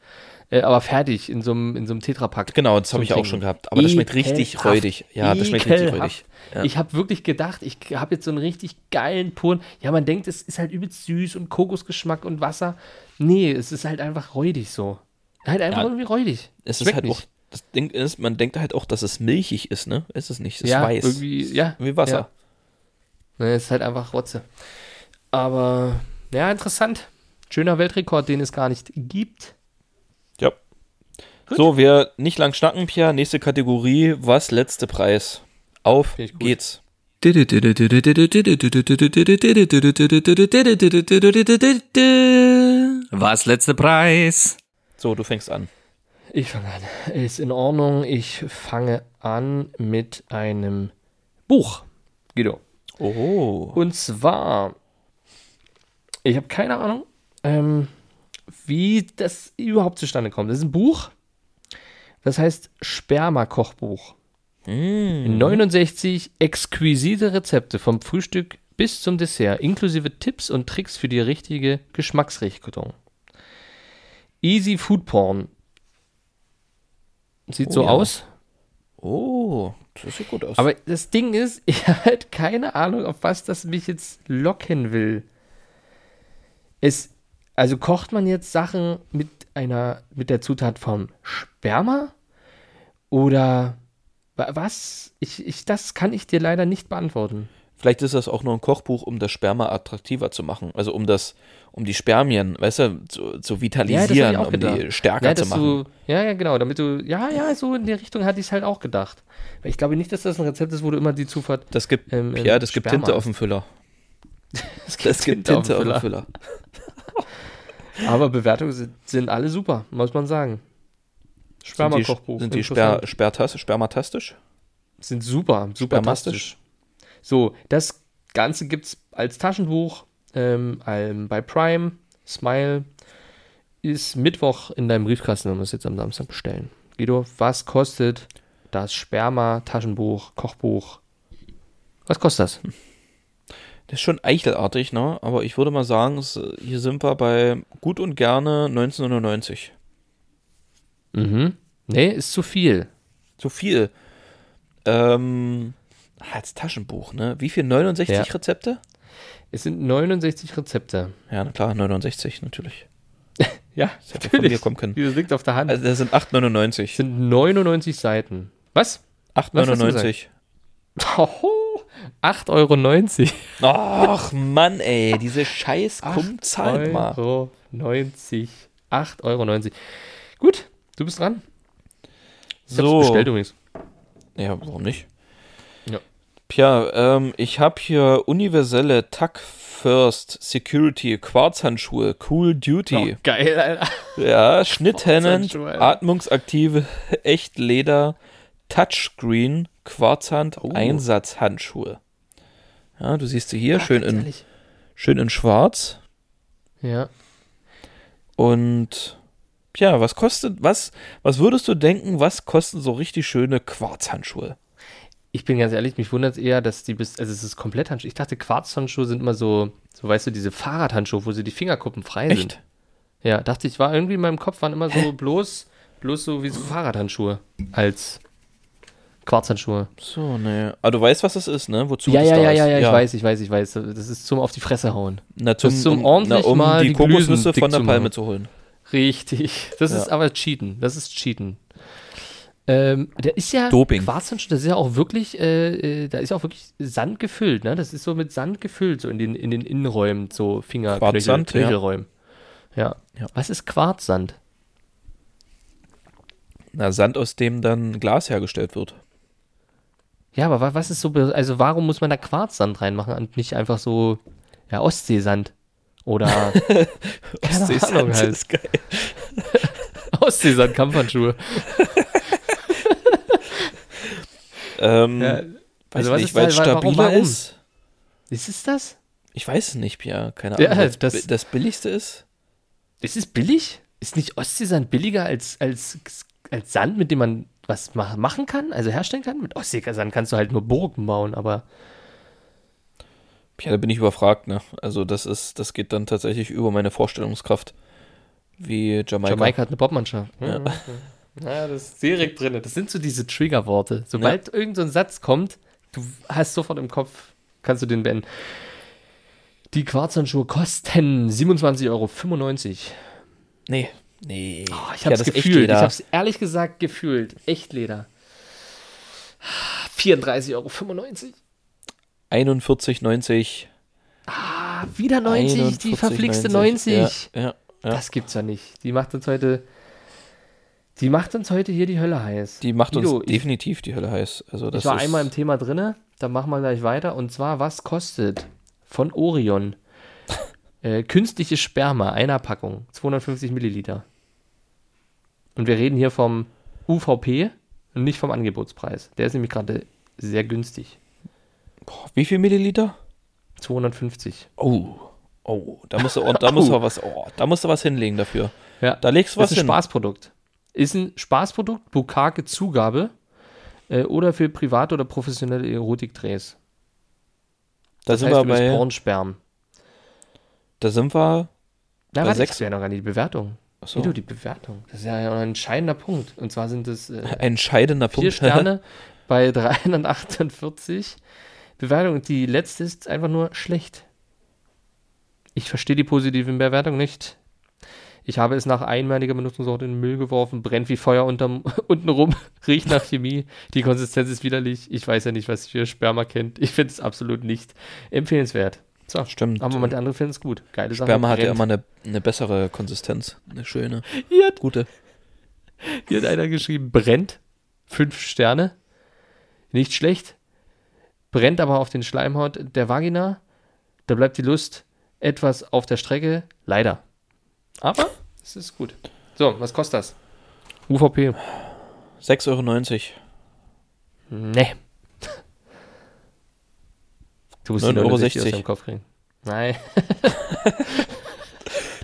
S2: Äh, aber fertig, in so einem, in so einem Tetrapack.
S3: Genau, das
S2: Zum
S3: habe ich auch
S2: Trinken.
S3: schon gehabt. Aber das schmeckt richtig
S2: Ekelhaft.
S3: räudig. Ja, das schmeckt richtig
S2: Ekelhaft.
S3: räudig. Ja.
S2: Ich habe wirklich gedacht, ich habe jetzt so einen richtig geilen Puren. Ja, man denkt, es ist halt übelst süß und Kokosgeschmack und Wasser. Nee, es ist halt einfach räudig so. Halt einfach
S3: Ja.
S2: irgendwie räudig.
S3: Es ist
S2: Schmeckt
S3: halt
S2: nicht.
S3: auch, das Ding ist, man denkt halt auch, dass es milchig ist, ne? Ist es nicht, es ist
S2: ja,
S3: weiß.
S2: Irgendwie, ja,
S3: Wie Wasser.
S2: Ja. Ne, es ist halt einfach Rotze. Aber, ja, interessant. Schöner Weltrekord, den es gar nicht gibt.
S3: Ja.
S2: Gut.
S3: So, wir nicht lang schnacken, Pia. Nächste Kategorie, was letzte Preis? Auf
S2: Finde ich gut.
S3: geht's.
S4: Was letzte Preis?
S3: So, du fängst an.
S2: Ich fange an. Ist in Ordnung. Ich fange an mit einem Buch. Guido.
S3: Oh.
S2: Und zwar, ich habe keine Ahnung, ähm, wie das überhaupt zustande kommt. Das ist ein Buch, das heißt Sperma-Kochbuch. 69 exquisite Rezepte vom Frühstück bis zum Dessert, inklusive Tipps und Tricks für die richtige Geschmacksrichtung. Easy Food Porn. Sieht so
S3: ja.
S2: aus.
S3: Oh, das sieht gut aus.
S2: Aber das Ding ist, [LAUGHS] ich habe halt keine Ahnung, auf was das mich jetzt locken will. Es, also kocht man jetzt Sachen mit einer, mit der Zutat vom Sperma? Oder wa- was? Ich, ich, das kann ich dir leider nicht beantworten.
S3: Vielleicht ist das auch nur ein Kochbuch, um das Sperma attraktiver zu machen. Also um das, um die Spermien, weißt du, zu, zu vitalisieren, um die stärker
S2: ja,
S3: zu
S2: dass
S3: machen.
S2: Du, ja, ja, genau, damit du, ja, ja, so in die Richtung hatte ich es halt auch gedacht. Weil ich glaube nicht, dass das ein Rezept ist, wo du immer die Zufahrt,
S3: Das gibt,
S2: ähm, ähm,
S3: ja, das gibt
S2: Sperma
S3: Tinte auf
S2: ist.
S3: dem Füller.
S2: [LAUGHS] das
S3: Das gibt Tinte auf dem Füller.
S2: Aber Bewertungen sind, sind alle super, muss man sagen.
S3: Sind die,
S2: Sperma-Kochbuch.
S3: sind die
S2: interessant.
S3: Sper, Spertas, Spermatastisch?
S2: sind super, super
S3: Spermastisch?
S2: So, das Ganze gibt es als Taschenbuch ähm, ähm, bei Prime. Smile ist Mittwoch in deinem Briefkasten und muss jetzt am Samstag bestellen. Guido, was kostet das Sperma-Taschenbuch, Kochbuch? Was kostet das?
S3: Hm. Das ist schon eichelartig, ne? Aber ich würde mal sagen, es, hier sind wir bei gut und gerne 1999.
S2: Mhm. Nee, ist zu viel.
S3: Zu viel. Ähm, ah, als Taschenbuch, ne? Wie viel? 69
S2: Ja.
S3: Rezepte?
S2: Es sind 69 Rezepte.
S3: Ja, na klar, 69 natürlich.
S2: Ja,
S3: hätte von mir kommen können.
S2: Dieses liegt auf der Hand.
S3: Also das sind 8,99.
S2: Hm. sind 99 Seiten. Was?
S3: 8,99.
S2: Hoho, 8,90 Euro.
S3: Ach Mann, ey, diese scheiß Kumzahl Halt mal.
S2: 8,90 8,90 Euro. Gut, du bist dran. Ich hab's
S3: So.
S2: bestellt übrigens.
S3: Ja, warum nicht?
S2: Ja.
S3: Pia, ähm, ich habe hier universelle Tuck First Security Quarzhandschuhe, Cool Duty.
S2: geil, Alter.
S3: Ja, Schnitthennend,
S2: Quarzhandschuhe, Alter.
S3: atmungsaktive, echt Leder, Touchscreen, Quarzhand,
S2: Oh.
S3: Einsatzhandschuhe. Ja, du siehst sie hier, schön, in,
S2: Ah, Ehrlich.
S3: schön in schwarz.
S2: Ja.
S3: Und ja, was kostet, was, was würdest du denken, was kosten so richtig schöne Quarzhandschuhe?
S2: Ich bin ganz ehrlich, mich wundert eher, dass die bis. Also, es ist komplett Handschuhe. Ich dachte, Quarzhandschuhe sind immer so, so, weißt du, diese Fahrradhandschuhe, wo sie die Fingerkuppen frei sind. Ja, dachte ich, war irgendwie in meinem Kopf, waren immer so bloß, bloß so wie so Fahrradhandschuhe als Quarzhandschuhe.
S3: So, ne. Aber du weißt, was das ist, ne? Wozu
S2: Ja,
S3: das
S2: ja,
S3: da
S2: ja,
S3: ist.
S2: ja, ja, ich weiß, ich weiß, ich weiß. Das ist zum auf die Fresse hauen.
S3: Na, zum,
S2: Das ist zum
S3: um,
S2: ordentlich
S3: na, um
S2: mal
S3: die,
S2: die Glüsen
S3: Kokosnüsse
S2: dick
S3: von der
S2: zu
S3: Palme
S2: machen.
S3: zu holen.
S2: Richtig. Das
S3: Ja.
S2: ist aber Cheaten. Das ist Cheaten. Ähm, der ist ja
S4: Doping.
S2: Quarzhandschuh, das ist ja auch wirklich, äh, äh, da ist ja auch wirklich Sand gefüllt, ne? Das ist so mit Sand gefüllt, so in den, in den Innenräumen, so Finger,
S3: Quarzsand, ja.
S2: Knöchelräumen. Ja.
S3: Ja.
S2: Was ist Quarzsand?
S3: Na, Sand, aus dem dann Glas hergestellt wird.
S2: Ja, aber wa- was ist so, be- also warum muss man da Quarzsand reinmachen und nicht einfach so, ja, Ostseesand oder
S3: [LAUGHS]
S2: Keine
S3: Ostseesand [LAUGHS]
S2: Ahnung halt.
S3: ist geil.
S2: Ostseesand, Kampfhandschuhe.
S3: Ähm,
S2: Ja,
S3: weiß
S2: also was
S3: nicht,
S2: ist
S3: weil es
S2: da- wa- warum-
S3: stabiler
S2: warum?
S3: ist.
S2: Ist es das?
S3: Ich weiß es nicht, Pia. Keine Ahnung.
S2: Ja,
S3: weil's
S2: das-
S3: bi- das Billigste ist.
S2: Ist es billig? Ist nicht Ostseesand billiger als, als, als Sand, mit dem man was ma machen kann, also herstellen kann. Mit Ostseekasern kannst du halt nur Burgen bauen, aber
S3: Ja, da bin ich überfragt, ne? Also das ist, das geht dann tatsächlich über meine Vorstellungskraft, wie Jamaika.
S2: Jamaika hat eine Popmannschaft. Mhm. Ja, das ist direkt drin. Das sind so diese Triggerworte. Sobald irgend so ein Satz kommt, du hast sofort im Kopf, kannst du den beenden. Die Quarzhandschuhe kosten 27,95 Euro.
S3: Nee. Nee.
S2: Oh, ich habe es gefühlt. Ich habe es ehrlich gesagt gefühlt. Echt Leder. 34,95 Euro.
S3: 41,90.
S2: Ah, wieder 90, die
S3: 41,90.
S2: verflixte 90.
S3: Ja, ja, ja.
S2: Das gibt's ja nicht. Die macht uns heute. Die macht uns heute hier die Hölle heiß.
S3: die macht uns
S2: Guido, ich-
S3: definitiv die Hölle heiß. Also das
S2: Ich war
S3: ist,
S2: einmal im Thema drinne, dann machen wir gleich weiter. Und zwar, was kostet von
S3: [LAUGHS]
S2: Orion äh, künstliches Sperma einer Packung, 250 Milliliter? Und wir reden hier vom UVP und nicht vom Angebotspreis. Der ist nämlich gerade sehr günstig.
S3: Boah, Wie viel Milliliter?
S2: 250.
S3: Oh. Oh, da musst du, da musst du was, oh, da musst du was hinlegen dafür.
S2: Ja,
S3: Da legst du was
S2: ist ein
S3: hin.
S2: Spaßprodukt. Ist ein Spaßprodukt, Bukake Zugabe äh, oder für private oder professionelle Erotikdrehs.
S3: Da
S2: Das
S3: sind
S2: heißt
S3: wir
S2: übrigens
S3: bei,
S2: Pornsperm.
S3: da sind wir,
S2: Na,
S3: Bei
S2: warte,
S3: sechs-
S2: das wäre noch gar nicht die Bewertung.
S3: achso,
S2: So. Guido, die Bewertung. Das ist ja ein entscheidender Punkt. Und zwar sind es äh,
S3: ein entscheidender
S2: vier
S3: Punkt. [LAUGHS]
S2: Sterne bei 348 Bewertungen. Und die letzte ist einfach nur schlecht. Ich verstehe die positiven Bewertungen nicht. Ich habe es nach einmaliger Benutzung sofort in den Müll geworfen, brennt wie Feuer unterm, [LAUGHS] untenrum, riecht nach Chemie, die Konsistenz ist widerlich. Ich weiß ja nicht, was für Sperma kennt. Ich finde es absolut nicht empfehlenswert. So,
S3: Stimmt.
S2: aber manche andere finden es gut. Geile Sache.
S3: Sperma hat ja
S2: brennt.
S3: immer eine, eine bessere Konsistenz. Eine schöne,
S2: [LAUGHS] Hier hat
S3: gute.
S2: Hier hat einer geschrieben, brennt. Fünf Sterne. Nicht schlecht. Brennt aber auf den Schleimhaut der Vagina. Da bleibt die Lust etwas auf der Strecke. Leider. Aber es ist gut. So, was kostet das? UVP.
S3: 6,90 Euro.
S2: Nee. Du musst die
S3: 9,60
S2: 69 aus deinem Kopf kriegen. Nein.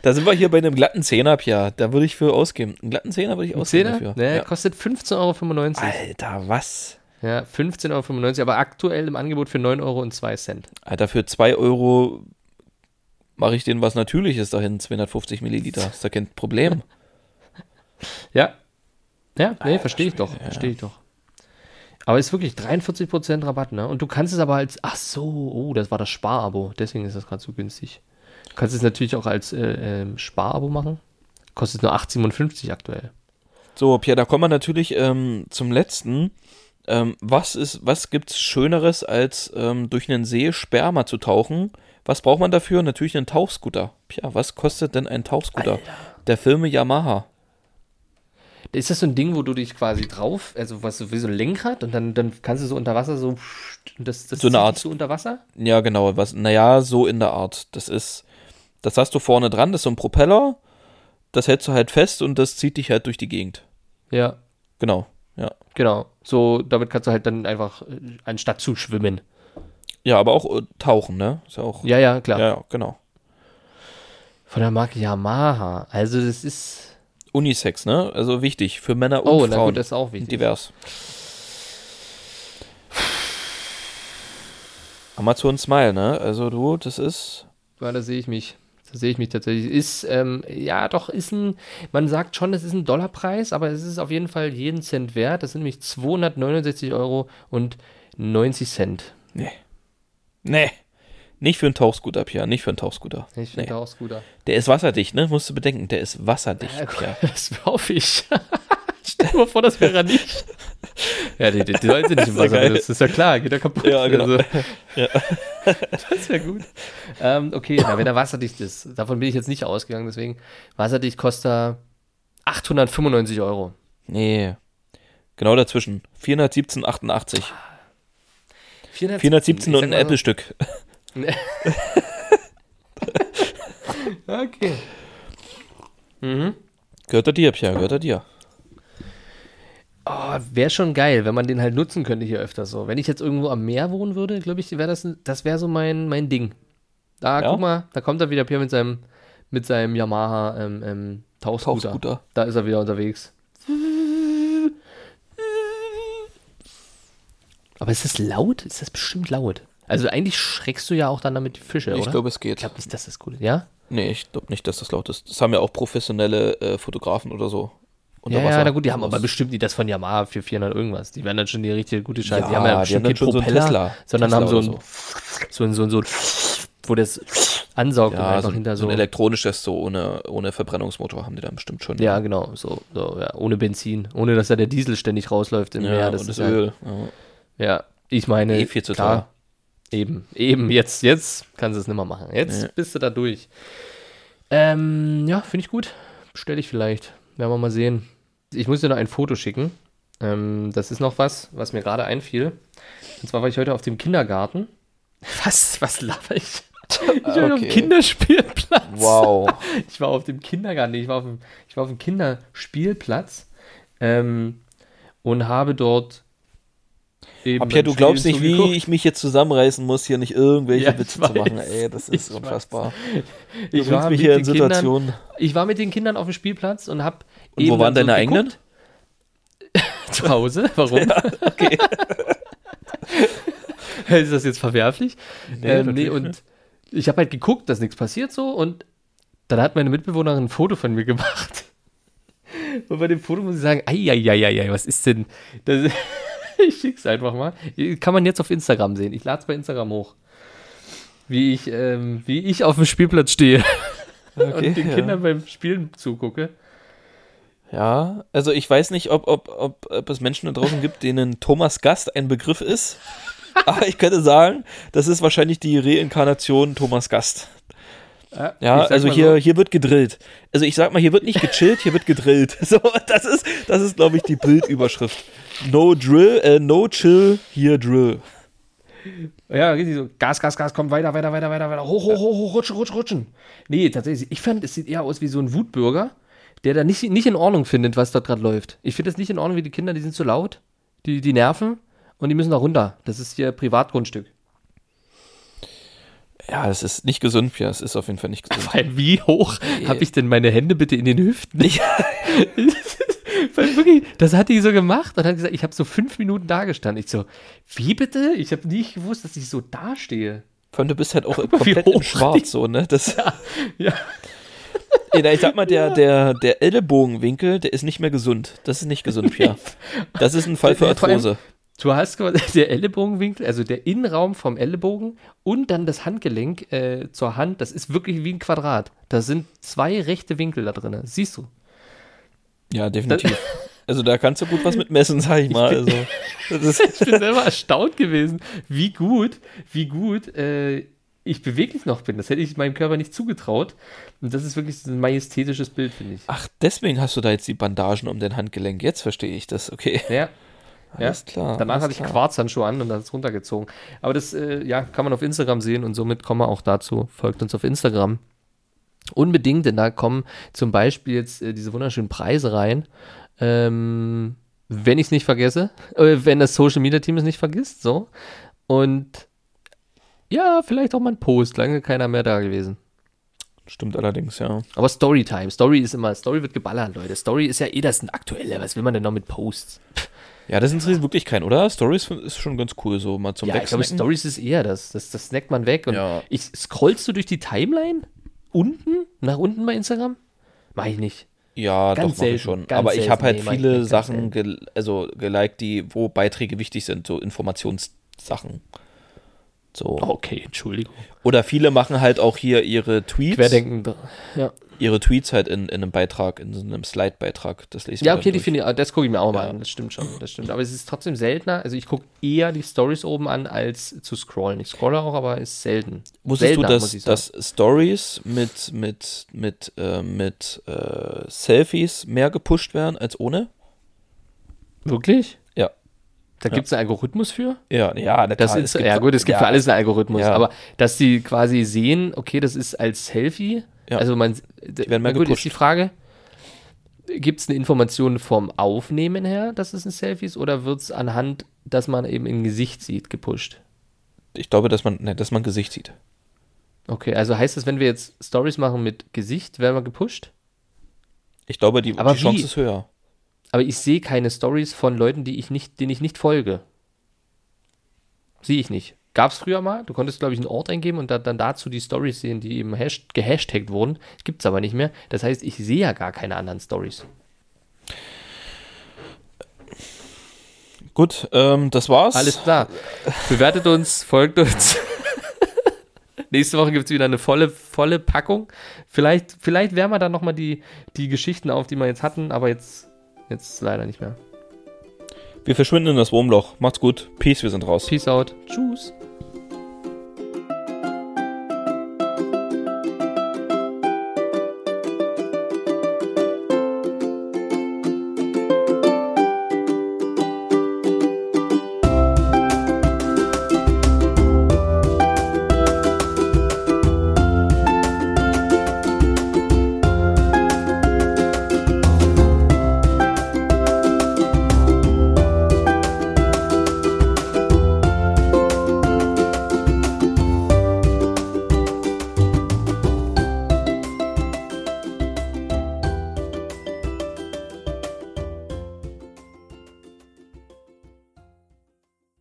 S3: Da sind wir hier bei einem glatten Zehner, Pia. Da würde ich für ausgeben. Einen glatten Zehner würde ich ausgeben
S2: Zehner?
S3: dafür.
S2: Nee,
S3: ja.
S2: kostet 15,95 Euro.
S3: Alter, was?
S2: Ja, 15,95 Euro, aber aktuell im Angebot für 9,02 Euro.
S3: Alter, für 2 Euro mache ich denen was Natürliches dahin. 250 Milliliter. Ist da kein Problem.
S2: Ja. Ja, nee, verstehe ich doch. Verstehe ich doch. Aber ist wirklich 43% Rabatt, ne? Und du kannst es aber als, ach so, oh, das war das Sparabo, deswegen ist das gerade so günstig. Du kannst es natürlich auch als äh, ähm, Sparabo machen. Kostet nur 8,57 aktuell.
S3: So, Pia, da kommen wir natürlich ähm, zum letzten. Ähm, was ist, was gibt's Schöneres, als ähm, durch einen See Sperma zu tauchen? Was braucht man dafür? Natürlich einen Tauchscooter. Pia, was kostet denn ein Tauchscooter? Der Filme Yamaha.
S2: Ist das so ein Ding, wo du dich quasi drauf, also was so wie so ein Lenkrad und dann, dann kannst du so unter Wasser so, und das, das
S3: So eine
S2: zieht dich
S3: Art-
S2: so unter Wasser?
S3: Ja, genau, was, naja, so in der Art. Das ist, das hast du vorne dran, das ist so ein Propeller, das hältst du halt fest und das zieht dich halt durch die Gegend.
S2: Ja,
S3: Genau, ja.
S2: genau. So, damit kannst du halt dann einfach, äh, anstatt zu schwimmen.
S3: Ja, aber auch äh, tauchen, ne? Ist ja auch.
S2: Ja, ja, klar.
S3: ja, ja, genau.
S2: Von der Marke Yamaha. Also, das ist.
S3: Unisex, ne? Also wichtig, für Männer und
S2: Oh,
S3: Frauen.
S2: na gut, das ist auch wichtig.
S3: Divers. Amazon Smile, ne? Also du, das ist.
S2: Ja, da sehe ich mich. Da sehe ich mich tatsächlich. Ist, ähm, ja, doch, ist ein, man sagt schon, es ist ein Dollarpreis, aber es ist auf jeden Fall jeden Cent wert. Das sind nämlich 269 Euro und 90 Cent.
S3: Nee. Nee. Nicht für einen Tauchscooter, Pia, nicht für einen Tauchscooter.
S2: Ich finde auch Scooter.
S3: Der ist wasserdicht, ne? Musst du bedenken, der ist wasserdicht.
S2: Ja, gut,
S3: Pia.
S2: Das hoffe ich. [LAUGHS] Stell dir mal vor, das wäre er nicht. Ja, die, die, die sollen
S3: [LAUGHS]
S2: sie nicht im
S3: Das ist ja
S2: Wasser
S3: geil.
S2: benutzen. Ist ja klar, geht ja kaputt. Also.
S3: [LAUGHS] Ja, genau.
S2: Das wäre gut. Ähm, okay, na, wenn er wasserdicht ist, davon bin ich jetzt nicht ausgegangen, deswegen. Wasserdicht kostet er 895 Euro.
S3: Nee. Genau dazwischen. 417,88. 417
S2: ich
S3: und
S2: sag
S3: ein
S2: mal so-
S3: Apple-Stück.
S2: Okay.
S3: Gehört er dir, Pia, gehört er dir.
S2: Oh, wäre schon geil, wenn man den halt nutzen könnte hier öfter so. Wenn ich jetzt irgendwo am Meer wohnen würde, glaube ich, wäre das, ein- das wäre so mein, mein Ding. Da,
S3: Ja?
S2: guck mal, da kommt er wieder Pierre mit seinem, mit seinem Yamaha ähm, ähm, Tauchscooter.
S3: Tauchscooter.
S2: Da ist er wieder unterwegs. Aber ist das laut? Ist das bestimmt laut? Also eigentlich schreckst du ja auch dann damit die Fische,
S3: Ich
S2: oder?
S3: glaube, es geht.
S2: ich glaube nicht, dass das gut ist. Ja?
S3: Nee, ich glaube nicht, dass das laut ist. Das haben ja auch professionelle äh, Fotografen oder so.
S2: Ja, ja,
S3: Wasser.
S2: na gut, die haben aber bestimmt die das von Yamaha für 400 irgendwas. Die werden dann schon die richtige gute Scheiße. die
S3: Ja,
S2: haben ja
S3: die haben
S2: bestimmt
S3: dann
S2: keinen
S3: schon so einen
S2: Propeller,
S3: Tesla.
S2: sondern
S3: Tesla
S2: haben so
S3: oder
S2: ein, so ein, so ein, so ein, wo das ansaugt und
S3: Ja,
S2: einfach
S3: so,
S2: hinter
S3: so
S2: so.
S3: ein elektronisches, so ohne, ohne Verbrennungsmotor haben die dann bestimmt schon.
S2: ja, genau, so, so, ja, ohne Benzin, ohne dass da der Diesel ständig rausläuft im
S3: ja,
S2: Meer.
S3: das
S2: Das
S3: und
S2: ist halt
S3: das
S2: ja, [LAUGHS]
S3: Öl. Ja.
S2: ja, ich meine,
S3: Eh viel zu teuer.
S2: klar, Eben, eben, jetzt, jetzt kannst du es nicht mehr machen. Jetzt
S3: Ja.
S2: bist du da durch. Ähm, ja, finde ich gut. Bestelle ich vielleicht. Werden wir mal sehen. Ich muss dir noch ein Foto schicken. Ähm, das ist noch was, was mir gerade einfiel. Und zwar war ich heute auf dem Kindergarten. [LAUGHS] Was, was laber ich? Ich war auf dem
S3: Okay.
S2: Kinderspielplatz.
S3: [LAUGHS] Wow.
S2: Ich war auf dem Kindergarten, nee, ich war auf dem, ich war auf dem Kinderspielplatz ähm, und habe dort eben
S3: Pierre,
S2: beim
S3: du glaubst
S2: Spielen
S3: nicht, wie
S2: zugeguckt.
S3: ich mich hier zusammenreißen muss, hier nicht irgendwelche
S2: Ja, ich
S3: Witze
S2: weiß.
S3: zu machen. Ey, das ist
S2: Ich
S3: unfassbar. Du
S2: Ich war,
S3: bringst
S2: mit
S3: mich hier
S2: den
S3: in
S2: Kindern,
S3: Situationen.
S2: ich war mit den Kindern auf dem Spielplatz und hab
S3: Und wo waren
S2: dann
S3: deine
S2: geguckt. [LAUGHS]
S3: eigenen?
S2: Zu Hause? [LAUGHS] Warum? okay. [LAUGHS] Ist das jetzt verwerflich? Nee, ähm, nee
S3: natürlich
S2: und ich habe halt geguckt, dass nichts passiert so und dann hat meine Mitbewohnerin ein Foto von mir gemacht. Und bei dem Foto muss ich sagen, eieieiei, was ist denn? Das, [LAUGHS] ich schick's einfach mal. Kann man jetzt auf Instagram sehen. Ich lade es bei Instagram hoch. Wie ich, ähm, wie ich auf dem Spielplatz stehe [LAUGHS]
S3: Okay,
S2: und den
S3: ja.
S2: Kindern beim Spielen zugucke.
S3: Ja, also ich weiß nicht, ob, ob, ob, ob es Menschen da draußen gibt, denen Thomas Gast ein Begriff ist. Aber ich könnte sagen, das ist wahrscheinlich die Reinkarnation Thomas Gast. Ja,
S2: Ich sag
S3: also
S2: mal
S3: hier,
S2: so,
S3: hier wird gedrillt. Also ich sag mal, hier wird nicht gechillt, hier wird gedrillt. [LAUGHS] So, das ist, das ist glaube ich, die Bildüberschrift. No drill, äh, no chill, hier drill.
S2: Ja, richtig so. Gas, Gas, Gas, komm weiter, weiter, weiter, weiter, weiter. Hoch, hoch, hoch, hoch, rutschen, rutschen, rutschen. Nee, tatsächlich. Ich fand, es sieht eher aus wie so ein Wutbürger, der da nicht, nicht in Ordnung findet, was dort gerade läuft. Ich finde es nicht in Ordnung, wie die Kinder, die sind zu laut, die, die nerven und die müssen da runter. Das ist hier Privatgrundstück.
S3: Ja, es ist nicht gesund, Pia. Es ist auf jeden Fall nicht gesund.
S2: Weil wie hoch habe ich denn meine Hände bitte in den Hüften? Ich, [LAUGHS] weil wirklich, das hat die so gemacht und hat gesagt, ich habe so fünf Minuten da gestanden. Ich so, wie bitte? Ich habe nicht gewusst, dass ich so dastehe.
S3: Vor allem, du bist halt auch
S2: mal, [LAUGHS] wie
S3: komplett in
S2: hoch die-
S3: schwarz, so, ne? Das,
S2: Ja.
S3: Ey, na, ich sag mal, der, der, der Ellbogenwinkel, der ist nicht mehr gesund. Das ist nicht gesund,
S2: [LAUGHS]
S3: Pia. Das ist ein Fall für
S2: Ja, vor allem-
S3: Arthrose.
S2: Du hast quasi [LAUGHS] der Ellenbogenwinkel, also der Innenraum vom Ellenbogen und dann das Handgelenk äh, zur Hand, das ist wirklich wie ein Quadrat. Da sind zwei rechte Winkel da drin. Siehst du?
S3: Ja, definitiv. Also da kannst du gut was mit messen, sag ich mal. Also, das ist,
S2: Ich bin selber erstaunt gewesen, wie gut, wie gut äh, ich beweglich noch bin. Das hätte ich meinem Körper nicht zugetraut. Und das ist wirklich so ein majestätisches Bild, finde ich.
S3: ach, deswegen hast du da jetzt die Bandagen um dein Handgelenk. Jetzt verstehe ich das. Okay.
S2: Ja.
S3: Alles klar, Ah,
S2: Danach
S3: alles
S2: hatte ich
S3: klar.
S2: Quarzhandschuhe an und dann ist es runtergezogen. Aber das äh, ja, kann man auf Instagram sehen und somit kommen wir auch dazu. Folgt uns auf Instagram. Unbedingt, denn da kommen zum Beispiel jetzt äh, diese wunderschönen Preise rein. Ähm, wenn ich es nicht vergesse, äh, wenn das Social Media Team es nicht vergisst, so. Und ja, vielleicht auch mal ein Post, lange keiner mehr da gewesen.
S3: Stimmt allerdings, ja.
S2: Aber Storytime, Story ist immer, Story wird geballert, Leute. Story ist ja eh das Aktuelle. Was will man denn noch mit Posts?
S3: Ja, das interessiert wirklich keinen, oder? Stories ist schon ganz cool, so mal zum
S2: Ja, ich glaube,
S3: Wechseln.
S2: Stories ist eher das. Das, das snackt man weg. Und
S3: Ja.
S2: ich scrollst du durch die Timeline? Unten? Nach unten bei Instagram? Mach ich nicht.
S3: Ja,
S2: Ganz
S3: doch, mach
S2: selten,
S3: ich schon.
S2: ganz
S3: Aber ich habe
S2: selten.
S3: halt
S2: Nee, mach ich
S3: viele
S2: nicht, ganz
S3: Sachen gel also geliked, die, wo Beiträge wichtig sind, so Informationssachen. So.
S2: Okay, Entschuldigung.
S3: Oder viele machen halt auch hier ihre Tweets,
S2: Querdenken. Ja,
S3: ihre Tweets halt in, in einem Beitrag, in so einem Slide-Beitrag. Das lese ich
S2: ja
S3: mir
S2: okay, die
S3: dann durch.
S2: finde ich, das gucke ich mir auch mal an. Das stimmt schon. Das stimmt. Aber es ist trotzdem seltener. Also ich gucke eher die Stories oben an, als zu scrollen. Ich scrolle auch, aber ist selten.
S3: Wusstest du,
S2: Seltener,
S3: dass,
S2: muss ich sagen.
S3: dass Stories mit, mit, mit, äh, mit äh, Selfies mehr gepusht werden als ohne?
S2: Wirklich?
S3: Ja.
S2: Da gibt es einen Algorithmus für?
S3: Ja, ja, na
S2: Das
S3: klar,
S2: ist, ja gut, es gibt
S3: ja,
S2: für alles einen Algorithmus,
S3: Ja.
S2: aber dass die quasi sehen, okay, das ist als Selfie,
S3: Ja.
S2: also man, die
S3: werden mehr
S2: gut, ist
S3: gepusht.
S2: die Frage, gibt es eine Information vom Aufnehmen her, dass es ein Selfie ist, oder wird es anhand, dass man eben ein Gesicht sieht, gepusht?
S3: Ich glaube, dass man, ne, dass man Gesicht sieht.
S2: Okay, also heißt das, wenn wir jetzt Stories machen mit Gesicht, werden wir gepusht?
S3: Ich glaube, die,
S2: Aber
S3: die Chance
S2: wie?
S3: ist höher.
S2: Aber ich sehe keine Stories von Leuten, die ich nicht, denen ich nicht folge. Sehe ich nicht. Gab es früher mal. Du konntest, glaube ich, einen Ort eingeben und da, dann dazu die Stories sehen, die eben hash gehashtagt wurden. Gibt es aber nicht mehr. Das heißt, ich sehe ja gar keine anderen Stories.
S3: Gut, ähm, das war's.
S2: Alles klar. Bewertet uns, folgt uns. [LAUGHS] Nächste Woche gibt es wieder eine volle, volle Packung. Vielleicht, vielleicht wärmen wir dann nochmal die, die Geschichten auf, die wir jetzt hatten, aber jetzt, jetzt leider nicht mehr.
S3: Wir verschwinden in das Wurmloch. Macht's gut. Peace, wir sind raus.
S2: Peace out. Tschüss.